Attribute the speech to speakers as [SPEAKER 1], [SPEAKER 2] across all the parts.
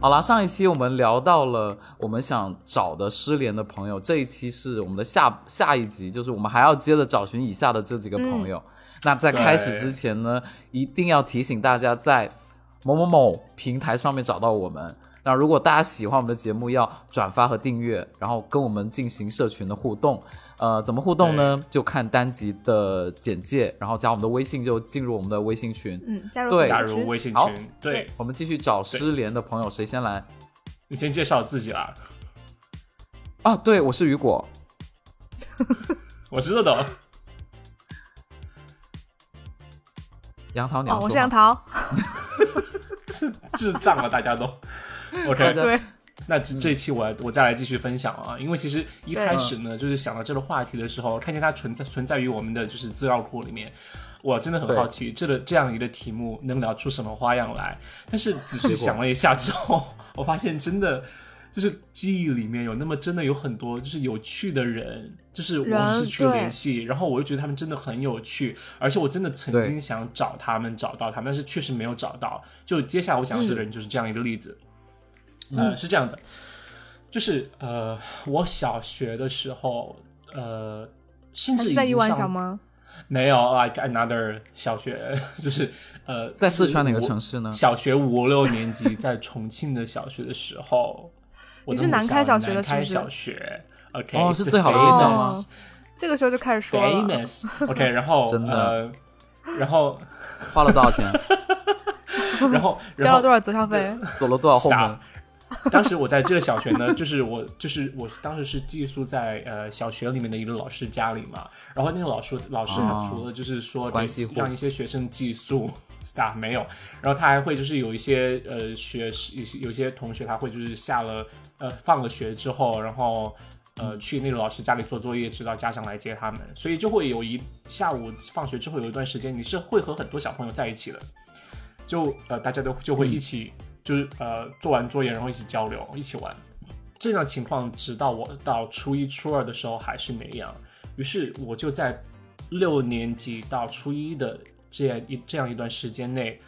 [SPEAKER 1] 好啦，上一期我们聊到了我们想找的失联的朋友，这一期是我们的下下一集，就是我们还要接着找寻以下的这几个朋友。那在开始之前呢，一定要提醒大家在某某某平台上面找到我们。那如果大家喜欢我们的节目，要转发和订阅，然后跟我们进行社群的互动。呃，怎么互动呢？就看单集的简介，然后加我们的微信，就进入我们的微信群。
[SPEAKER 2] 嗯，加入
[SPEAKER 1] 对
[SPEAKER 2] 粉丝
[SPEAKER 1] 加
[SPEAKER 3] 加
[SPEAKER 2] 群
[SPEAKER 3] 入微信
[SPEAKER 1] 好
[SPEAKER 3] 群。对
[SPEAKER 1] 我们继续找失联的朋友，谁先来？
[SPEAKER 3] 你先介绍自己啦，
[SPEAKER 1] 啊，对，我是雨果。
[SPEAKER 3] 我是豆豆，
[SPEAKER 1] 杨桃，你要
[SPEAKER 2] 哦，
[SPEAKER 1] 说
[SPEAKER 2] 我是
[SPEAKER 1] 吗
[SPEAKER 2] 杨桃，
[SPEAKER 3] 智智障啊了，大家都。
[SPEAKER 1] 大
[SPEAKER 3] OK，
[SPEAKER 1] 家
[SPEAKER 2] 对，
[SPEAKER 3] 那这这一期我我再来继续分享啊，因为其实一开始呢，就是想到这个话题的时候，看见它存在存在于我们的就是资料库里面，我真的很好奇，这个这样一个题目能聊出什么花样来。但是仔细想了一下之后，我发现真的就是记忆里面有那么真的有很多就是有趣的人，就是我
[SPEAKER 2] 人
[SPEAKER 3] 们是去
[SPEAKER 2] 对
[SPEAKER 3] 联系，然后我就觉得他们真的很有趣，而且我真的曾
[SPEAKER 1] 对
[SPEAKER 3] 经想找他们找到他们，但是确实没有找到。就接下来我想要这个人就是这样一个例子，
[SPEAKER 2] 嗯
[SPEAKER 3] 呃，是这样的，就是呃，我小学的时候，呃，甚
[SPEAKER 2] 还
[SPEAKER 3] 至
[SPEAKER 2] 是
[SPEAKER 3] 已
[SPEAKER 2] 在
[SPEAKER 3] 经
[SPEAKER 2] 亿
[SPEAKER 3] 上
[SPEAKER 2] 万小吗？
[SPEAKER 3] 没有，like another 小学， 就是呃，
[SPEAKER 1] 在四川哪个
[SPEAKER 3] 四五
[SPEAKER 1] 城市呢？
[SPEAKER 3] 小学五六年级在重庆的小学的时候，我
[SPEAKER 2] 你
[SPEAKER 3] 的
[SPEAKER 2] 是
[SPEAKER 3] 母
[SPEAKER 2] 南
[SPEAKER 3] 校
[SPEAKER 2] 开小学
[SPEAKER 3] 学
[SPEAKER 2] 的是不
[SPEAKER 3] 南开
[SPEAKER 2] 是
[SPEAKER 3] 小学，OK，
[SPEAKER 1] 哦
[SPEAKER 3] it's
[SPEAKER 1] 是最好的学
[SPEAKER 2] 校吗
[SPEAKER 3] famous-
[SPEAKER 2] 这个时候就开始说了，
[SPEAKER 3] famous OK，然后
[SPEAKER 1] 真的
[SPEAKER 3] 呃，然后
[SPEAKER 1] 花了多少 钱？
[SPEAKER 3] 然后然
[SPEAKER 2] 交
[SPEAKER 3] 后
[SPEAKER 2] 了多少择校费？
[SPEAKER 1] 走了多少后门
[SPEAKER 3] Stop？当时我在这个小学呢， 就是我就是我当时是寄宿在呃小学里面的一个老师家里嘛，然后那个老师老师他
[SPEAKER 1] 哦
[SPEAKER 3] 除了就是说
[SPEAKER 1] 关系户
[SPEAKER 3] 让一些学生寄宿 staff 没有，然后他还会就是有一些呃学有些有些同学他会就是下了呃放了学之后，然后呃去那个老师家里做作业，直到家长来接他们，所以就会有一下午放学之后有一段时间你是会和很多小朋友在一起的，就呃大家都就会一起、就是呃做完作业然后一起交流一起玩，这样的情况直到我到初一初二的时候还是那样，于是我就在六年级到初一的这样一这样一段时间内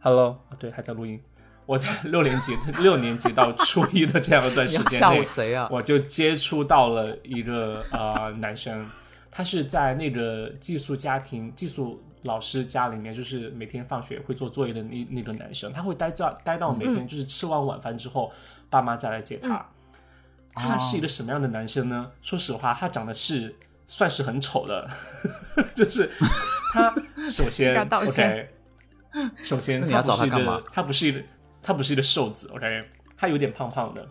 [SPEAKER 3] ，Hello，啊对还在录音。我在六年级六年级到初一的这样一 段
[SPEAKER 1] 你
[SPEAKER 3] 时
[SPEAKER 1] 要
[SPEAKER 3] 间
[SPEAKER 1] 吓
[SPEAKER 3] 内
[SPEAKER 1] 唬，谁啊？
[SPEAKER 3] 我就接触到了一个呃 男生，他是在那个寄宿家庭、寄宿老师家里面，就是每天放学会做作业的那那个男生，他会待到待到每
[SPEAKER 2] 嗯
[SPEAKER 3] 天就是吃完晚饭之后，爸妈再来接他。他是一个什么样的男生
[SPEAKER 2] 哦
[SPEAKER 3] 呢？说实话，他长得是算是很丑的， 就是他 首
[SPEAKER 2] 你
[SPEAKER 3] 先
[SPEAKER 2] 敢道歉
[SPEAKER 3] OK，首先
[SPEAKER 1] 那你要找他
[SPEAKER 3] 他不是一
[SPEAKER 1] 干
[SPEAKER 3] 个
[SPEAKER 1] 嘛
[SPEAKER 3] 他不是一个他不是一个瘦子，OK，他有点胖胖的。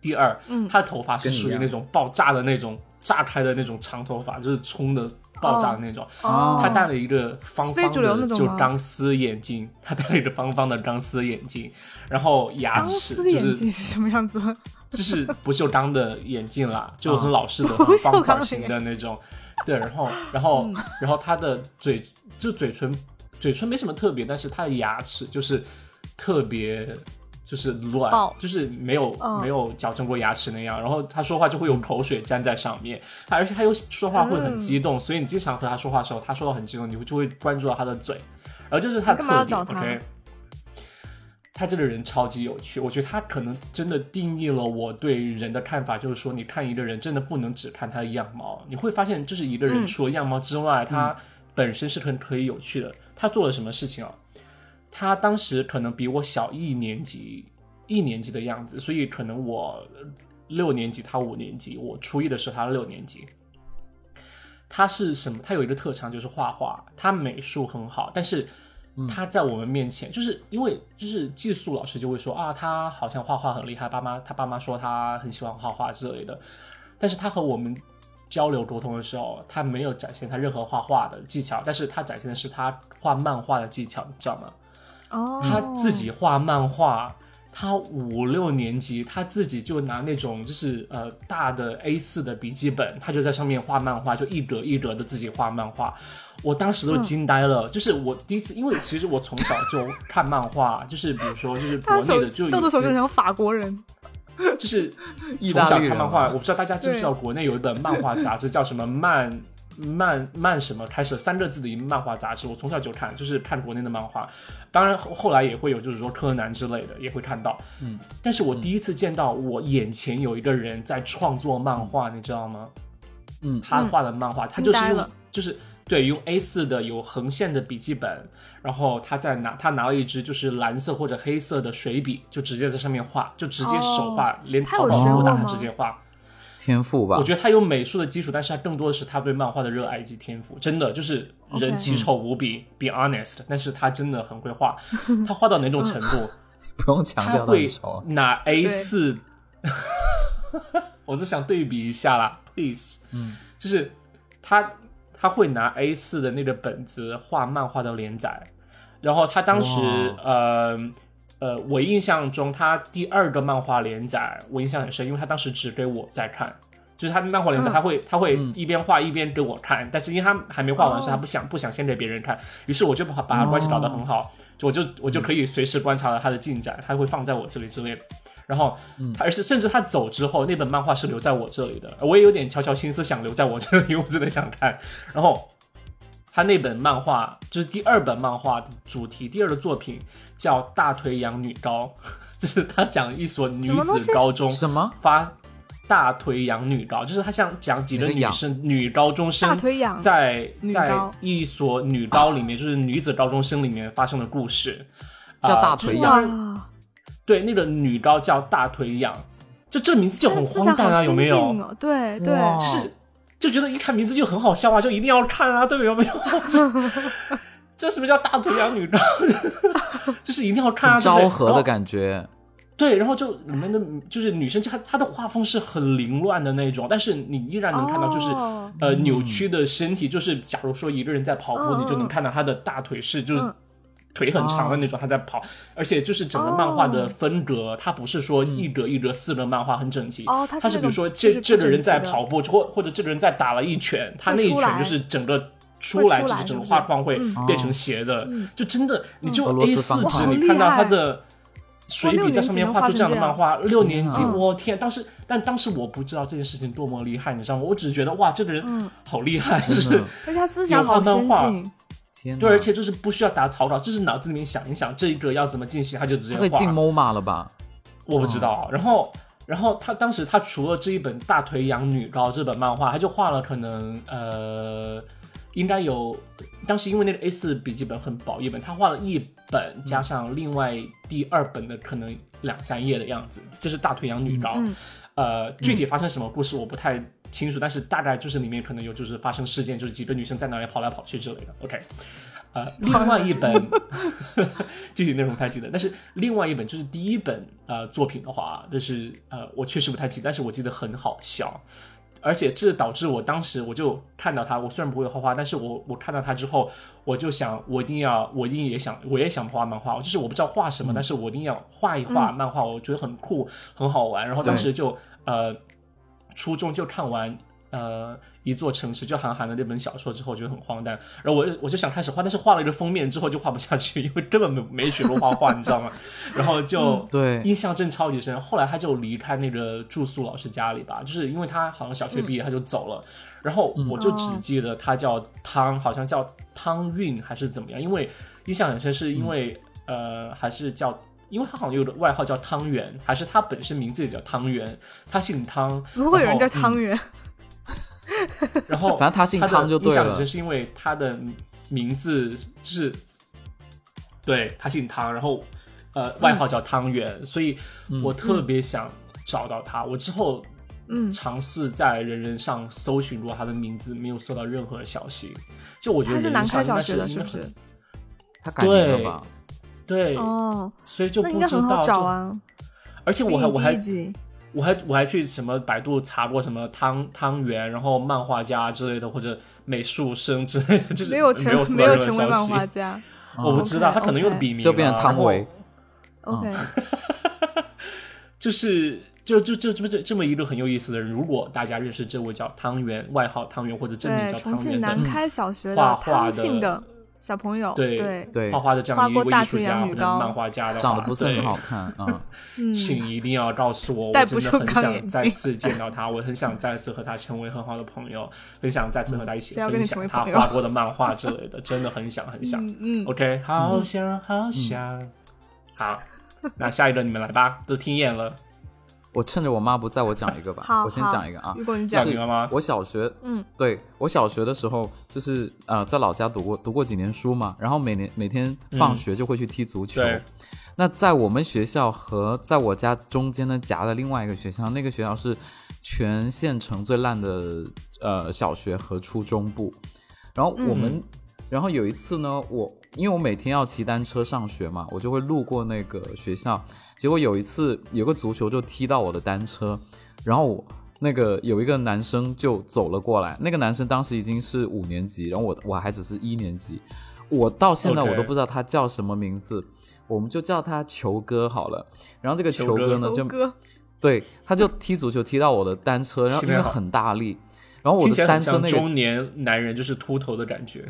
[SPEAKER 3] 第二，
[SPEAKER 2] 嗯
[SPEAKER 3] 他的头发是
[SPEAKER 1] 跟你一
[SPEAKER 3] 属于
[SPEAKER 1] 样
[SPEAKER 3] 那种爆炸的那种炸开的那种长头发，就是冲的爆炸的那种。
[SPEAKER 1] 哦
[SPEAKER 3] 他戴了一个方
[SPEAKER 2] 嗯非
[SPEAKER 3] 方
[SPEAKER 2] 主流那
[SPEAKER 3] 的
[SPEAKER 2] 种
[SPEAKER 3] 就
[SPEAKER 2] 吗
[SPEAKER 3] 钢丝眼镜，他戴了一个方方的钢丝眼镜，然后牙
[SPEAKER 2] 钢
[SPEAKER 3] 齿
[SPEAKER 2] 丝
[SPEAKER 3] 就
[SPEAKER 2] 眼
[SPEAKER 3] 是
[SPEAKER 2] 镜是什么样子？
[SPEAKER 3] 就是不锈钢的眼镜啦，就很老式的、
[SPEAKER 2] 嗯不
[SPEAKER 3] 很
[SPEAKER 2] 锈
[SPEAKER 3] 方
[SPEAKER 2] 钢
[SPEAKER 3] 块
[SPEAKER 2] 的
[SPEAKER 3] 型
[SPEAKER 2] 眼嗯
[SPEAKER 3] 的那种。对，然后，然后，然后他的嘴就嘴唇，嘴唇没什么特别，但是他的牙齿就是特别。就是乱
[SPEAKER 2] 爆，
[SPEAKER 3] 就是没有、
[SPEAKER 2] 嗯
[SPEAKER 3] 没有矫正过牙齿那样，然后他说话就会有口水粘在上面，而且他又说话会
[SPEAKER 2] 嗯
[SPEAKER 3] 很激动，所以你经常和他说话的时候，他说到很激动，你会就会关注到他的嘴，然后这是他的
[SPEAKER 2] 你干嘛要
[SPEAKER 3] 特点。
[SPEAKER 2] 找他
[SPEAKER 3] OK，他这个人超级有趣，我觉得他可能真的定义了我对人的看法，就是说，你看一个人真的不能只看他的样貌，你会发现，就是一个人
[SPEAKER 2] 嗯
[SPEAKER 3] 除了样貌之外，他本身是很可以有趣的。他做了什么事情啊？他当时可能比我小一年级，一年级的样子，所以可能我六年级，他五年级，我初一的时候他六年级。他是什么？他有一个特长就是画画，他美术很好，但是他在我们面前，就是因为就是寄宿老师就会说啊，他好像画画很厉害，爸妈他爸妈说他很喜欢画画之类的，但是他和我们交流沟通的时候，他没有展现他任何画画的技巧，但是他展现的是他画漫画的技巧，你知道吗？
[SPEAKER 2] 哦，
[SPEAKER 3] 他自己画漫画，他五六年级他自己就拿那种就是呃大的 A 四的笔记本，他就在上面画漫画，就一格一格的自己画漫画。我当时都惊呆
[SPEAKER 2] 嗯
[SPEAKER 3] 了，就是我第一次，因为其实我从小就看漫画，就是比如说就是国
[SPEAKER 2] 他
[SPEAKER 3] 内
[SPEAKER 2] 手
[SPEAKER 3] 的就
[SPEAKER 2] 豆豆手真的
[SPEAKER 3] 有
[SPEAKER 2] 像法国人，
[SPEAKER 3] 就是
[SPEAKER 1] 意
[SPEAKER 3] 从
[SPEAKER 1] 大
[SPEAKER 3] 小
[SPEAKER 1] 利
[SPEAKER 3] 看
[SPEAKER 1] 人啊
[SPEAKER 3] 漫画，
[SPEAKER 1] 吗
[SPEAKER 3] 我不知道大家知不知道，国内有一本漫画杂志叫什么漫漫漫什么开始了三个字的一个漫画杂志，我从小就看，就是看国内的漫画。当然后后来也会有，就是说柯南之类的也会看到。
[SPEAKER 1] 嗯，
[SPEAKER 3] 但是我第一次见到我眼前有一个人在创作漫画，你知道吗？
[SPEAKER 1] 嗯
[SPEAKER 3] 他画的漫画，他就是
[SPEAKER 2] 惊呆
[SPEAKER 3] 用
[SPEAKER 2] 了
[SPEAKER 3] 就是对用 A 4的有横线的笔记本，然后他再拿他拿了一支就是蓝色或者黑色的水笔，就直接在上面画，就直接手画，连
[SPEAKER 2] 哦他
[SPEAKER 3] 草
[SPEAKER 2] 有
[SPEAKER 3] 稿
[SPEAKER 1] 学
[SPEAKER 3] 都不打，
[SPEAKER 2] 过
[SPEAKER 3] 他
[SPEAKER 2] 吗
[SPEAKER 3] 直接画。
[SPEAKER 1] 天赋吧
[SPEAKER 3] 我，觉得他有美术的基础，但是他更多的是他对漫画的热爱以及天赋。真的就是人
[SPEAKER 2] OK
[SPEAKER 3] 奇丑无比、b e honest，但是他真的很会画。他画到哪种程度？
[SPEAKER 1] 不用强
[SPEAKER 3] 他
[SPEAKER 1] 调那
[SPEAKER 3] 会
[SPEAKER 1] 么熟。啊
[SPEAKER 3] 拿 A 4 我是想对比一下啦，please。
[SPEAKER 1] 嗯，
[SPEAKER 3] 就是他他会拿 A 4的那个本子画漫画的连载，然后他当时
[SPEAKER 1] 哇
[SPEAKER 3] 呃呃，我印象中他第二个漫画连载我印象很深，因为他当时只给我在看。就是他的漫画连载，
[SPEAKER 2] 嗯
[SPEAKER 3] 他会他会
[SPEAKER 1] 嗯
[SPEAKER 3] 一边画一边给我看，但是因为他还没画完，
[SPEAKER 2] 哦
[SPEAKER 3] 所以他不想不想先给别人看，于是我就把把
[SPEAKER 1] 哦
[SPEAKER 3] 他关系搞得很好，就我就我
[SPEAKER 1] 嗯
[SPEAKER 3] 就可以随时观察到他的进展，他会放在我这里之类的。然后，
[SPEAKER 1] 嗯
[SPEAKER 3] 他而是甚至他走之后，那本漫画是留在我这里的，我也有点悄悄心思想留在我这里，我真的想看。然后，他那本漫画就是第二本漫画的主题，第二个作品叫《大腿养女高》，就是他讲一所女
[SPEAKER 2] 什么东
[SPEAKER 3] 子
[SPEAKER 2] 西
[SPEAKER 3] 高中
[SPEAKER 1] 什么？
[SPEAKER 3] 发大腿养女高，就是他想讲几个
[SPEAKER 1] 哪个
[SPEAKER 3] 女
[SPEAKER 1] 养
[SPEAKER 3] 生女高中生
[SPEAKER 2] 大腿痒，
[SPEAKER 3] 在
[SPEAKER 2] 啊女
[SPEAKER 3] 在
[SPEAKER 2] 高
[SPEAKER 3] 一所女高里面，就是女子高中生里面发生的故事，
[SPEAKER 1] 叫
[SPEAKER 3] 啊
[SPEAKER 1] 大
[SPEAKER 3] 就是
[SPEAKER 1] 腿
[SPEAKER 3] 当
[SPEAKER 1] 痒
[SPEAKER 3] 然
[SPEAKER 2] 哇，
[SPEAKER 3] 对，那个女高叫大腿痒，就这名字就很
[SPEAKER 2] 思
[SPEAKER 3] 荒
[SPEAKER 2] 想
[SPEAKER 3] 诞
[SPEAKER 2] 好
[SPEAKER 3] 啊，有
[SPEAKER 2] 先哦
[SPEAKER 3] 没
[SPEAKER 2] 进
[SPEAKER 3] 有？
[SPEAKER 2] 哦？对对，
[SPEAKER 1] 哇
[SPEAKER 3] 是就觉得一看名字就很好笑啊，就一定要看啊，对，有没有？ 这这什么叫大腿痒女高？ 就是一定要看啊，
[SPEAKER 1] 很
[SPEAKER 3] 对不对
[SPEAKER 1] 昭和
[SPEAKER 3] 然后
[SPEAKER 1] 的感觉，
[SPEAKER 3] 对，然后就里面的就是女生，就她她的画风是很凌乱的那种，但是你依然能看到就是、
[SPEAKER 2] 哦
[SPEAKER 3] 呃扭曲的身体，就是假如说一个人在跑步，
[SPEAKER 2] 嗯嗯
[SPEAKER 3] 你就能看到她的大腿是就是。
[SPEAKER 2] 嗯
[SPEAKER 3] 腿很长的那种，她在跑，而且就是整个
[SPEAKER 2] 哦
[SPEAKER 3] 漫画的分格，它不是说一格一格四格漫画很整齐，
[SPEAKER 2] 哦它是
[SPEAKER 3] 它是
[SPEAKER 2] 那
[SPEAKER 3] 比
[SPEAKER 2] 种
[SPEAKER 3] 如说
[SPEAKER 2] 就
[SPEAKER 3] 这
[SPEAKER 2] 是不
[SPEAKER 3] 这个人
[SPEAKER 2] 整齐
[SPEAKER 3] 在
[SPEAKER 2] 的
[SPEAKER 3] 跑步，或或者这个人在打了一拳，他
[SPEAKER 2] 会
[SPEAKER 3] 那一
[SPEAKER 2] 出
[SPEAKER 3] 拳
[SPEAKER 2] 来
[SPEAKER 3] 就是整个
[SPEAKER 2] 会
[SPEAKER 3] 出
[SPEAKER 2] 出
[SPEAKER 3] 来，就
[SPEAKER 2] 来
[SPEAKER 3] 是整个
[SPEAKER 2] 是不
[SPEAKER 3] 画
[SPEAKER 2] 是
[SPEAKER 3] 框会变成斜的，就真的你就
[SPEAKER 1] 嗯俄罗
[SPEAKER 3] A
[SPEAKER 1] 斯
[SPEAKER 3] 四
[SPEAKER 1] 方
[SPEAKER 3] 纸，
[SPEAKER 1] 块
[SPEAKER 3] 你看到
[SPEAKER 2] 哇好
[SPEAKER 3] 他
[SPEAKER 2] 厉害
[SPEAKER 3] 的水
[SPEAKER 2] 哇
[SPEAKER 3] 笔在上面画出这样的漫画，六年级，
[SPEAKER 1] 天
[SPEAKER 2] 啊
[SPEAKER 3] 我天！当时，但当时我不知道这件事情多么厉害，你知道吗？我只是觉得哇，这个人
[SPEAKER 2] 嗯
[SPEAKER 3] 好厉害，就
[SPEAKER 1] 真
[SPEAKER 3] 是
[SPEAKER 1] 的嗯
[SPEAKER 2] 而且他思想好
[SPEAKER 3] 有
[SPEAKER 2] 先
[SPEAKER 3] 画漫
[SPEAKER 2] 进，
[SPEAKER 1] 天哪！
[SPEAKER 3] 对，而且就是不需要打草稿，就是脑子里面想一想这一个要怎么进行，他就直接
[SPEAKER 1] 他会进
[SPEAKER 3] 画。
[SPEAKER 1] MOMA 了吧？
[SPEAKER 3] 我不知
[SPEAKER 2] 嗯
[SPEAKER 3] 道。然后，然后他当时他除了这一本《大腿养女高》这本漫画，他就画了可能呃，应该有当时因为那个 A 4笔记本很薄一本，他画了一本加上另外第二本的可能两三页的样子，就是《大腿养女高》
[SPEAKER 2] 嗯
[SPEAKER 3] 呃，具体发生什么故事我不太清楚，但是大概就是里面可能有就是发生事件，就是几个女生在那里跑来跑去之类的。OK，呃，另外一本 具体内容不太记得，但是另外一本就是第一本呃作品的话，就是呃我确实不太记得，但是我记得很好笑，而且这导致我当时我就看到他，我虽然不会画画，但是我我看到他之后，我就想我一定要，我一定也想，我也想画漫画，就是我不知道画什么，但是我一定要画一画漫画，我觉得很酷，很好玩，然后当时就呃初中就看完。呃，一座城市就韩寒的那本小说之后，觉得很荒诞，然后我我就想开始画，但是画了一个封面之后就画不下去，因为根本没没学过画画，你知道吗？ 然后就
[SPEAKER 1] 对
[SPEAKER 3] 印象真超级深。后来他就离开那个住宿老师家里吧，就是因为他好像小学毕业他就走了，然后
[SPEAKER 1] 嗯
[SPEAKER 3] 我就只记得他叫汤，好像叫汤韵还是怎么样，因为印象很深，是因
[SPEAKER 1] 嗯
[SPEAKER 3] 为、呃还是叫。因为他好像有个外号叫汤圆，还是他本身名字也叫汤圆，他 姓汤。
[SPEAKER 2] 如果有人
[SPEAKER 3] 然后嗯
[SPEAKER 2] 叫汤圆，
[SPEAKER 3] 然后
[SPEAKER 1] 反正他姓汤就对了
[SPEAKER 3] 他的印象很深是因为他的名字就是，对他姓汤，然后呃外
[SPEAKER 1] 嗯
[SPEAKER 3] 号叫汤圆，所以我特别想找到他。我之后
[SPEAKER 2] 嗯，
[SPEAKER 3] 尝试在人人上搜寻过他的名字，没有搜到任何消息。就我觉得
[SPEAKER 2] 他是
[SPEAKER 3] 人
[SPEAKER 2] 南
[SPEAKER 3] 人上
[SPEAKER 2] 开
[SPEAKER 3] 应
[SPEAKER 2] 小
[SPEAKER 3] 该
[SPEAKER 2] 学的，
[SPEAKER 3] 应
[SPEAKER 2] 是
[SPEAKER 3] 该
[SPEAKER 2] 不是
[SPEAKER 3] 很？
[SPEAKER 1] 他改名了吧？
[SPEAKER 3] 对，
[SPEAKER 2] 哦，
[SPEAKER 3] 所以就
[SPEAKER 2] 那
[SPEAKER 3] 不
[SPEAKER 2] 应该
[SPEAKER 3] 知
[SPEAKER 2] 很
[SPEAKER 3] 道。
[SPEAKER 2] 好找
[SPEAKER 3] 就
[SPEAKER 2] 啊。
[SPEAKER 3] 而且我还我
[SPEAKER 2] 毕
[SPEAKER 3] 还
[SPEAKER 2] 竟第一集
[SPEAKER 3] 我还我还去什么百度查过什么汤汤圆，然后漫画家之类的，或者美术生之类的，就是
[SPEAKER 2] 没
[SPEAKER 3] 有
[SPEAKER 2] 有成
[SPEAKER 3] 搜
[SPEAKER 2] 没有
[SPEAKER 3] 到任何
[SPEAKER 2] 成为
[SPEAKER 3] 消
[SPEAKER 2] 漫
[SPEAKER 3] 息。
[SPEAKER 2] 画 家。哦
[SPEAKER 3] 我不知道，
[SPEAKER 2] OK，
[SPEAKER 3] 他可能用的笔名
[SPEAKER 1] 哦
[SPEAKER 3] 啊
[SPEAKER 1] 就变成汤唯
[SPEAKER 3] 然后
[SPEAKER 2] OK，
[SPEAKER 1] 哦
[SPEAKER 3] 就是就就就这这这么一个很有意思的人。如果大家认识这位叫汤圆，外号汤圆或者真名
[SPEAKER 2] 对，
[SPEAKER 3] 叫
[SPEAKER 1] 嗯
[SPEAKER 2] 重
[SPEAKER 3] 汤
[SPEAKER 2] 庆
[SPEAKER 3] 圆的
[SPEAKER 2] 南开小学
[SPEAKER 3] 画
[SPEAKER 2] 的
[SPEAKER 3] 画
[SPEAKER 2] 汤
[SPEAKER 3] 的
[SPEAKER 2] 姓的，小朋友，
[SPEAKER 3] 对
[SPEAKER 2] 对，
[SPEAKER 1] 对
[SPEAKER 3] 画，画的这样
[SPEAKER 2] 画
[SPEAKER 3] 一
[SPEAKER 2] 过
[SPEAKER 3] 位
[SPEAKER 2] 大
[SPEAKER 3] 艺术
[SPEAKER 2] 重阳
[SPEAKER 3] 家或
[SPEAKER 2] 女
[SPEAKER 3] 者
[SPEAKER 2] 高
[SPEAKER 3] 漫画家的话，
[SPEAKER 1] 长得不是很
[SPEAKER 3] 对
[SPEAKER 1] 好看啊。
[SPEAKER 2] 嗯，
[SPEAKER 3] 请一定要告诉我，我
[SPEAKER 2] 戴
[SPEAKER 3] 真
[SPEAKER 2] 不
[SPEAKER 3] 的
[SPEAKER 2] 住
[SPEAKER 3] 很
[SPEAKER 2] 钢眼
[SPEAKER 3] 想再
[SPEAKER 2] 镜
[SPEAKER 3] 次见到他，我很想再次和他成为很好的朋友，很想再次和他一起
[SPEAKER 2] 嗯谁要跟
[SPEAKER 3] 分
[SPEAKER 2] 你成为
[SPEAKER 3] 享他
[SPEAKER 2] 朋友
[SPEAKER 3] 画过的漫画之类的，真的很想很想。
[SPEAKER 2] 嗯嗯
[SPEAKER 3] OK，好想好
[SPEAKER 1] 嗯
[SPEAKER 3] 想，好，那下一个你们来吧，都听厌了，
[SPEAKER 1] 我趁着我妈不在，我讲一个吧。
[SPEAKER 2] 好
[SPEAKER 1] 我先
[SPEAKER 2] 好
[SPEAKER 1] 讲一个啊。
[SPEAKER 2] 如果你讲
[SPEAKER 3] 讲
[SPEAKER 1] 是
[SPEAKER 3] 明了吗？
[SPEAKER 1] 我小学，
[SPEAKER 2] 嗯，
[SPEAKER 1] 对我小学的时候，就是呃，在老家读过读过几年书嘛，然后每年每天放学就会去踢足球。
[SPEAKER 3] 嗯对
[SPEAKER 1] 那在我们学校和在我家中间呢夹的另外一个学校，那个学校是全县城最烂的呃小学和初中部。然后我们，然后有一次呢，我因为我每天要骑单车上学嘛，我就会路过那个学校。结果有一次有个足球就踢到我的单车，然后我那个有一个男生就走了过来。那个男生当时已经是五年级，然后我我还只是一年级，我到现在
[SPEAKER 3] OK
[SPEAKER 1] 我都不知道他叫什么名字。我们就叫他球哥好了，然后这个球
[SPEAKER 3] 球哥
[SPEAKER 1] 哥呢
[SPEAKER 2] 球
[SPEAKER 1] 就
[SPEAKER 2] 哥，
[SPEAKER 1] 对，他就踢足球踢到我的单车，然后
[SPEAKER 3] 气
[SPEAKER 1] 因
[SPEAKER 3] 味
[SPEAKER 1] 为
[SPEAKER 3] 好
[SPEAKER 1] 很大力，然后我
[SPEAKER 3] 听起
[SPEAKER 1] 的
[SPEAKER 3] 来
[SPEAKER 1] 单
[SPEAKER 3] 很
[SPEAKER 1] 车
[SPEAKER 3] 像
[SPEAKER 1] 那个
[SPEAKER 3] 中年男人就是秃头的感觉。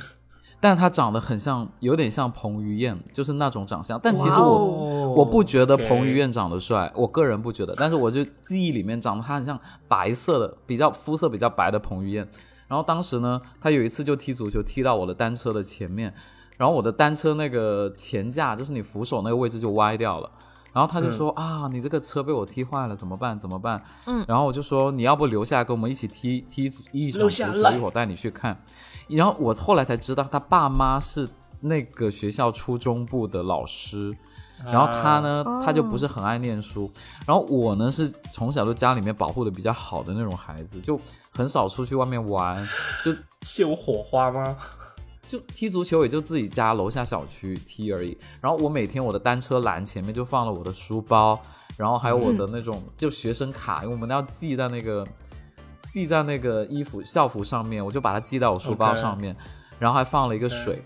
[SPEAKER 1] 但他长得很像，有点像彭于晏，就是那种长相。但其实
[SPEAKER 2] 哇
[SPEAKER 1] 我、
[SPEAKER 2] 哦
[SPEAKER 1] 我不觉得彭于
[SPEAKER 3] OK
[SPEAKER 1] 晏长得帅，我个人不觉得，但是我就记忆里面长得他很像白色的，比较肤色比较白的彭于晏。然后当时呢，他有一次就踢足球踢到我的单车的前面，然后我的单车那个前架，就是你扶手那个位置就歪掉了。然后他就说、啊，你这个车被我踢坏了，怎么办？怎么办？
[SPEAKER 2] 嗯
[SPEAKER 1] 然后我就说你要不留下来跟我们一起踢踢一场
[SPEAKER 3] 留
[SPEAKER 1] 足
[SPEAKER 3] 下
[SPEAKER 1] 球，
[SPEAKER 3] 来
[SPEAKER 1] 一会儿带你去看。然后我后来才知道，他爸妈是那个学校初中部的老师，然后他呢，
[SPEAKER 2] 哦
[SPEAKER 1] 他就不是很爱念书，然后我呢是从小就家里面保护的比较好的那种孩子，就很少出去外面玩，就是
[SPEAKER 3] 有火花吗？
[SPEAKER 1] 就踢足球也就自己家楼下小区踢而已。然后我每天我的单车栏前面就放了我的书包，然后还有我的那种就学生卡，因为我们要系在那个系在那个衣服校服上面，我就把它系到我书包
[SPEAKER 3] OK
[SPEAKER 1] 上面然后还放了一个水。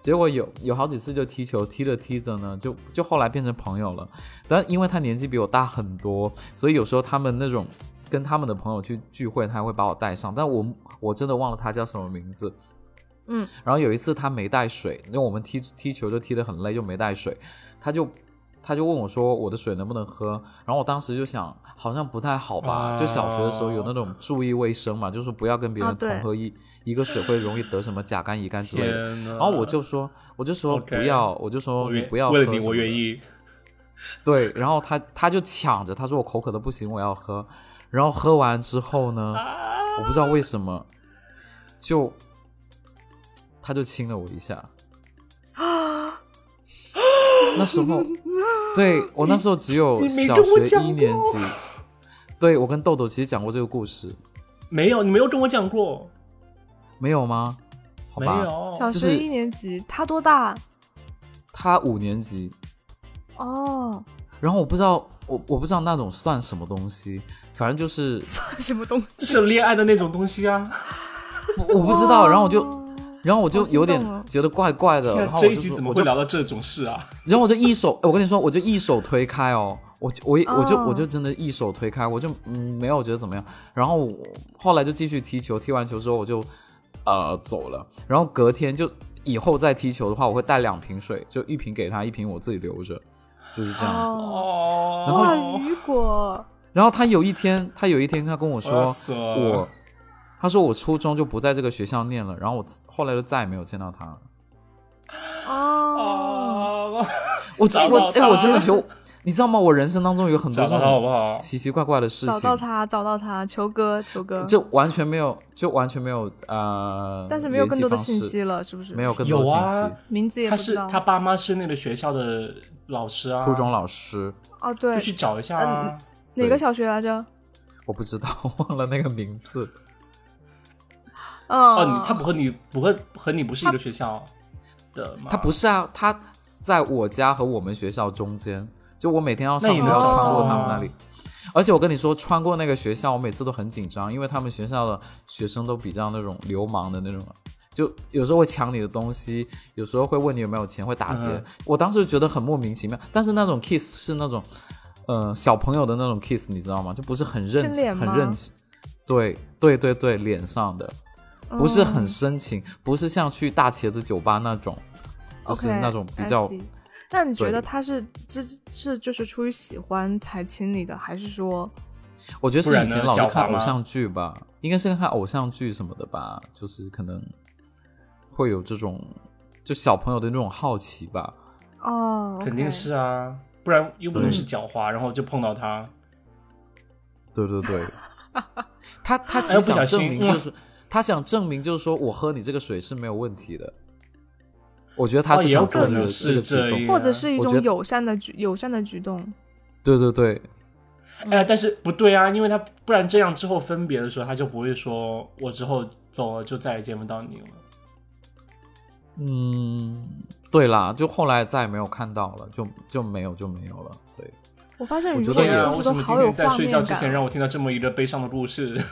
[SPEAKER 1] 结果有有好几次就踢球，踢着踢着呢，就就后来变成朋友了。但因为他年纪比我大很多，所以有时候他们那种跟他们的朋友去聚会，他会把我带上。但我我真的忘了他叫什么名字。
[SPEAKER 2] 嗯，
[SPEAKER 1] 然后有一次他没带水，因为我们踢踢球就踢得很累，就没带水，他就他就问我说我的水能不能喝，然后我当时就想好像不太好吧，
[SPEAKER 3] 啊
[SPEAKER 1] 就小学的时候有那种注意卫生嘛，就是说不要跟别
[SPEAKER 2] 啊
[SPEAKER 1] 人
[SPEAKER 2] 对
[SPEAKER 1] 同喝一、一个水会容易得什么甲肝乙肝之类的。
[SPEAKER 3] 天呐！
[SPEAKER 1] 然后哦我就说，我就说
[SPEAKER 3] OK
[SPEAKER 1] 不要我就说
[SPEAKER 3] 我
[SPEAKER 1] 你
[SPEAKER 3] 愿
[SPEAKER 1] 不要
[SPEAKER 3] 为
[SPEAKER 1] 喝
[SPEAKER 3] 了你，
[SPEAKER 1] 什么
[SPEAKER 3] 我
[SPEAKER 1] 的
[SPEAKER 3] 愿意。
[SPEAKER 1] 对，然后他他就抢着，他说我口渴的不行，我要喝。然后喝完之后 呢，
[SPEAKER 3] 啊
[SPEAKER 1] 我不知道为什么，就他就亲了我一下。那时候，对我那时候只有
[SPEAKER 3] 你没
[SPEAKER 1] 小
[SPEAKER 3] 跟我
[SPEAKER 1] 学
[SPEAKER 3] 讲
[SPEAKER 1] 一年
[SPEAKER 3] 过
[SPEAKER 1] 级。对我跟豆豆其实讲过这个故事，
[SPEAKER 3] 没有，你没有跟我讲过，
[SPEAKER 1] 没有吗？好
[SPEAKER 3] 没
[SPEAKER 1] 吧，
[SPEAKER 3] 有。
[SPEAKER 2] 小
[SPEAKER 1] 就
[SPEAKER 2] 学
[SPEAKER 1] 是
[SPEAKER 2] 一年级，他多大？啊
[SPEAKER 1] 他五年级，
[SPEAKER 2] 哦，
[SPEAKER 1] 然后我不知道我我不知道那种算什么东西，反正就是
[SPEAKER 2] 算什么东西？
[SPEAKER 3] 这是恋爱的那种东西啊！
[SPEAKER 1] 我我不知道，然后我就
[SPEAKER 2] 哦
[SPEAKER 1] 然后我
[SPEAKER 2] 好
[SPEAKER 1] 就
[SPEAKER 2] 心
[SPEAKER 1] 有点
[SPEAKER 2] 动
[SPEAKER 3] 啊
[SPEAKER 2] 哦
[SPEAKER 1] 觉得怪怪的，
[SPEAKER 3] 天
[SPEAKER 1] 呃然
[SPEAKER 3] 啊
[SPEAKER 1] 后我
[SPEAKER 3] 这一
[SPEAKER 1] 就
[SPEAKER 3] 集
[SPEAKER 1] 说
[SPEAKER 3] 怎么
[SPEAKER 1] 我
[SPEAKER 3] 会
[SPEAKER 1] 就
[SPEAKER 3] 聊到这种事啊？
[SPEAKER 1] 然后我就一手，哎我跟你说，我就一手推开哦，我就我我就
[SPEAKER 2] 哦
[SPEAKER 1] 我就真的一手推开，我就嗯没有觉得怎么样。然后我后来就继续踢球，踢完球之后我就呃走了。然后隔天就以后再踢球的话，我会带两瓶水，就一瓶给他，一瓶我自己留着，就是这样子。
[SPEAKER 2] 哦，
[SPEAKER 3] 哦，
[SPEAKER 1] 然后
[SPEAKER 2] 哇，雨果，
[SPEAKER 1] 然后他有一天，他有一天他跟我
[SPEAKER 3] 我要
[SPEAKER 1] 说，
[SPEAKER 3] 死了
[SPEAKER 1] 我他说我初中就不在这个学校念了，然后我后来就再也没有见到他了。
[SPEAKER 2] 哦，
[SPEAKER 3] 哦，
[SPEAKER 1] 我
[SPEAKER 3] 找
[SPEAKER 1] 我
[SPEAKER 3] 到
[SPEAKER 1] 哎，我真的
[SPEAKER 3] 他
[SPEAKER 1] 有，你知道吗？我人生当中有很多
[SPEAKER 3] 找
[SPEAKER 1] 这
[SPEAKER 3] 到他好不
[SPEAKER 1] 种
[SPEAKER 3] 好？
[SPEAKER 1] 奇奇怪怪的事
[SPEAKER 2] 找到
[SPEAKER 1] 情，
[SPEAKER 2] 他，找到他，球哥，球哥，
[SPEAKER 1] 就完全没有，就完全没有呃，
[SPEAKER 2] 但是没有更多的信
[SPEAKER 1] 联系
[SPEAKER 2] 息了，是不
[SPEAKER 1] 方式，
[SPEAKER 2] 是？
[SPEAKER 1] 没有更多
[SPEAKER 3] 有
[SPEAKER 1] 的信息。
[SPEAKER 3] 啊，
[SPEAKER 2] 名字也
[SPEAKER 3] 他
[SPEAKER 2] 不知
[SPEAKER 3] 是
[SPEAKER 2] 道。
[SPEAKER 3] 他爸妈是那个学校的老师啊，
[SPEAKER 1] 初中嗯老师，
[SPEAKER 2] 哦，
[SPEAKER 3] 就
[SPEAKER 2] 对，
[SPEAKER 3] 去找一下啊。
[SPEAKER 2] 哪个
[SPEAKER 1] 对
[SPEAKER 2] 小学来着？
[SPEAKER 1] 我不知道， 忘了那个名字。
[SPEAKER 2] 嗯，
[SPEAKER 3] 哦，你他不和你不和和你不是一个学校的吗？
[SPEAKER 1] 他不是啊，他在我家和我们学校中间，就我每天要
[SPEAKER 3] 那
[SPEAKER 1] 上
[SPEAKER 3] 你
[SPEAKER 1] 课
[SPEAKER 2] 能找
[SPEAKER 1] 穿
[SPEAKER 2] 到
[SPEAKER 1] 过
[SPEAKER 2] 吗
[SPEAKER 1] 他们那里。而且我跟你说，穿过那个学校，我每次都很紧张，因为他们学校的学生都比较那种流氓的那种，就有时候会抢你的东西，有时候会问你有没有钱，会打劫。
[SPEAKER 3] 嗯
[SPEAKER 1] 我当时觉得很莫名其妙，但是那种 kiss 是那种，呃，小朋友的那种 kiss，你知道吗？就不是很认
[SPEAKER 2] 是脸
[SPEAKER 1] 很
[SPEAKER 2] 吗
[SPEAKER 1] 认，对对对对，脸上的。
[SPEAKER 2] 嗯
[SPEAKER 1] 不是
[SPEAKER 2] 哦
[SPEAKER 1] 很深情，不是像去大茄子酒吧那种，就
[SPEAKER 2] OK，
[SPEAKER 1] 是那种比较
[SPEAKER 2] I see 那你觉
[SPEAKER 1] 对
[SPEAKER 2] 得他是这是就是出于喜欢才亲你的，还是说
[SPEAKER 1] 我觉得是
[SPEAKER 3] 不然
[SPEAKER 1] 以前
[SPEAKER 3] 呢
[SPEAKER 1] 老是
[SPEAKER 3] 狡
[SPEAKER 1] 看
[SPEAKER 3] 猾
[SPEAKER 1] 偶
[SPEAKER 3] 吗
[SPEAKER 1] 像剧吧，应该是看偶像剧什么的吧，就是可能会有这种就小朋友的那种好奇吧。
[SPEAKER 2] 哦，OK，
[SPEAKER 3] 肯定是啊，不然又不能
[SPEAKER 1] 对
[SPEAKER 3] 是狡猾，然后就碰到他，
[SPEAKER 1] 对对 对，他他其
[SPEAKER 3] 哎呦
[SPEAKER 1] 实
[SPEAKER 3] 不
[SPEAKER 1] 想
[SPEAKER 3] 小心
[SPEAKER 1] 证明就是、他想证明就是说我喝你这个水是没有问题的。我觉得他
[SPEAKER 3] 哦
[SPEAKER 1] 是
[SPEAKER 3] 也有
[SPEAKER 1] 想做
[SPEAKER 3] 可
[SPEAKER 1] 这个、
[SPEAKER 3] 能
[SPEAKER 1] 这
[SPEAKER 3] 是
[SPEAKER 1] 个举
[SPEAKER 3] 这
[SPEAKER 1] 动
[SPEAKER 3] 样
[SPEAKER 2] 或者是一
[SPEAKER 1] 我
[SPEAKER 2] 种
[SPEAKER 1] 觉得
[SPEAKER 2] 友善的举友善的举动？
[SPEAKER 1] 对对对，嗯
[SPEAKER 3] 哎，但是不对啊，因为他不然这样之后分别的时候，他就不会说我之后走了就再也见不到你了。
[SPEAKER 1] 嗯，对啦，就后来再也没有看到了，就就没有就没有了。对，
[SPEAKER 2] 我发现
[SPEAKER 1] 我
[SPEAKER 2] 你
[SPEAKER 1] 觉
[SPEAKER 2] 说
[SPEAKER 1] 得也
[SPEAKER 3] 天
[SPEAKER 2] 的
[SPEAKER 3] 啊，
[SPEAKER 2] 故事
[SPEAKER 3] 为什
[SPEAKER 2] 都
[SPEAKER 3] 么今
[SPEAKER 2] 好有
[SPEAKER 3] 天在
[SPEAKER 2] 画
[SPEAKER 3] 睡觉
[SPEAKER 2] 面
[SPEAKER 3] 之前
[SPEAKER 2] 感，
[SPEAKER 3] 让我听到这么一个悲伤的故事？